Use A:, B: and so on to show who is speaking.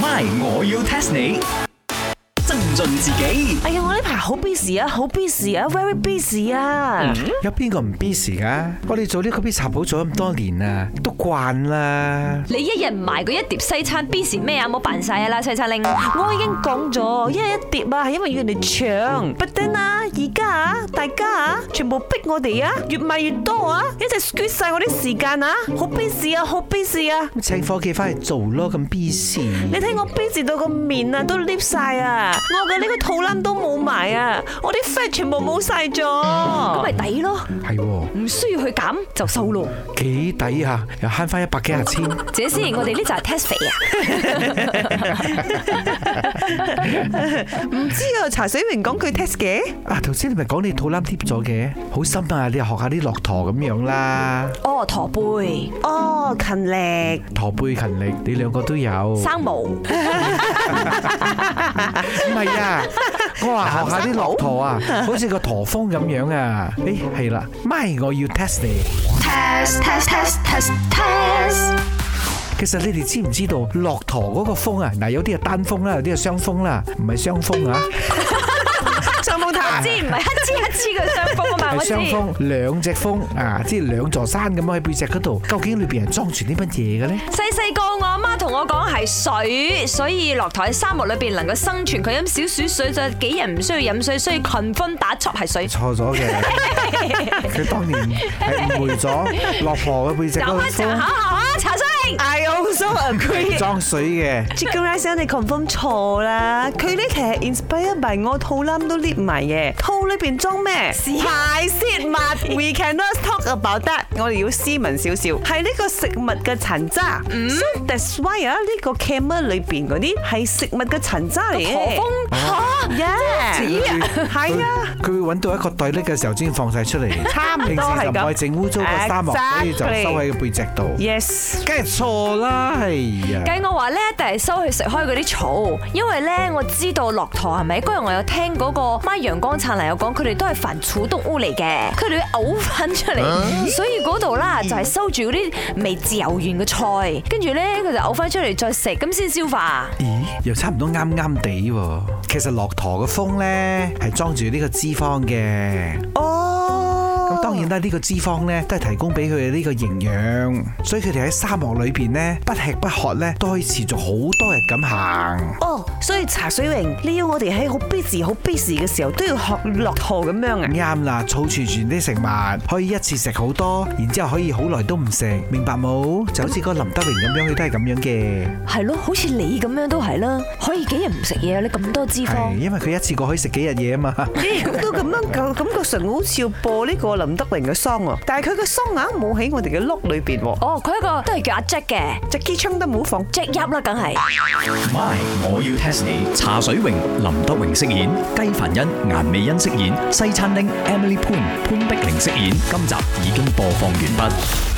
A: My，我要 test 你。增進自己
B: 哎呀，我呢排好 busy 啊，好 busy 啊，very busy 啊！
C: 有邊個唔 busy 噶？我哋做呢個 b u s 鋪做咗咁多年
A: à.
C: 啦，都慣啦。
D: 你一日唔埋嗰一碟西餐，邊時咩啊？冇扮晒啊啦，西餐令。
B: 我已經講咗，一人一碟啊，係因為要人哋搶。But then 啊，而家啊，大家啊，全部逼我哋啊，越賣越多啊，一直 squeeze 晒我啲時間啊，好 busy 啊，好 busy 啊！
C: 咁請伙計翻嚟做咯，咁 busy。
B: 你睇我 busy 到個面啊都 lift 晒啊，我嘅呢個肚腩都冇埋啊，我啲 fat 全部冇晒咗。
C: 哦
D: 咁咪抵咯，
C: 係喎，
D: 唔需要去減就瘦咯。
C: 幾抵下，又慳翻一百幾廿千。
D: 姐先，我哋呢就係 test 肥啊！
B: 唔知啊，茶水榮講佢 test 嘅，
C: 啊，頭先你咪講你肚腩貼咗嘅，好心啊！你又學下啲駱駝咁樣啦，
D: 哦，駝背、
B: 哦，勤力。
C: 駝背勤力，你兩個都有。
D: 生 毛，
C: 唔係 啊，我話學下啲駱駝啊， 好似個駝峰咁樣啊。誒，係啦，咪我要 test 你。
E: test test test test test
C: 其實你哋知唔知道駱駝嗰個峰啊？嗱，有啲係單峰啦，有啲係雙峰啦，唔係雙峰啊，
B: 上風
D: 我
B: 塔
D: 知唔係黑黐黑黐嘅雙峰啊嘛，我
C: 係
D: 知。
C: 雙峰，兩隻峰啊，即係兩座山咁樣喺背脊嗰度。究竟裏邊係裝住啲乜嘢嘅咧？
D: 細細個我阿媽同我講係水，所以駱駝喺沙漠裏邊能夠生存，佢飲少少水就幾日唔需要飲水，所以群分打 chop 係水。
C: 錯咗嘅，佢當年係誤會咗駱駝嘅背脊
D: 就
C: 嗰個
D: 乜就下
C: 峰
D: 下下茶水。
B: I also agree。
C: 裝水嘅。
B: Chicken rice 你 confirm 錯啦，佢呢其實 inspire by 我肚腩都 lift 埋嘅，肚裏邊裝咩？排泄物。We cannot talk about that。我哋要斯文少少，係呢個食物嘅殘渣。So that's why 啊，呢個 camera 裏邊嗰啲係食物嘅殘渣嚟
D: 何
B: 嘅。
D: 峰吓，
B: Yeah，係
C: 哎
B: 啊。
C: 佢會揾到一個袋匿嘅時候先放晒出嚟，
B: 差唔多
C: 平時就
B: 係
C: 唔
B: 咁
C: 可以整污糟個沙漠，所以就收
B: Exactly
C: 喺個背脊度。
B: Yes。
C: 梗係錯啦，係啊！
D: 計我話咧，一定係收去食開嗰啲草，因為咧我知道駱駝係咪？嗰日我有聽嗰個媽陽光燦爛有講，佢哋都係凡草動物嚟嘅，佢哋會嘔翻出嚟，所以嗰度啦就係收住嗰啲未自由完嘅菜，跟住咧佢就嘔翻出嚟再食，咁先消化。
C: 咦，又差唔多啱啱地喎。其實駱駝嘅風咧係裝住呢個脂肪嘅。
B: 哦。
C: 咁當然啦，呢個脂肪咧都係提供俾佢哋呢個營養，所以佢哋喺沙漠裏邊咧不吃不喝咧都可以持續好多日咁行。
B: 哦，所以茶水榮，你要我哋喺好 busy、好 busy 嘅時候都要學駱駝咁樣啊？
C: 啱啦，儲存住啲食物，可以一次食好多，然之後可以好耐都唔食，明白冇？就好似嗰個林德榮咁樣，佢都係咁樣嘅。
D: 係咯，好似你咁樣都係啦，可以幾日唔食嘢，你咁多脂
C: 係，
D: 肪。
C: 因為佢一次過可以食幾日嘢啊嘛。
B: 咦咁都咁樣感感覺上好似要播呢個林德榮嘅 song 喎，但係佢嘅 song 硬冇喺我哋嘅 look 裏邊喎，
D: 哦，佢一個都係叫阿 Jack 嘅
B: 隻機槍都冇放。
D: Jack Yap 啦，梗係。
A: ，My，我要 test 你。茶水榮、林德榮飾演，雞凡欣、顏美欣飾演，西餐廳 Emily Poon 潘碧玲飾演。今集已經播放完畢。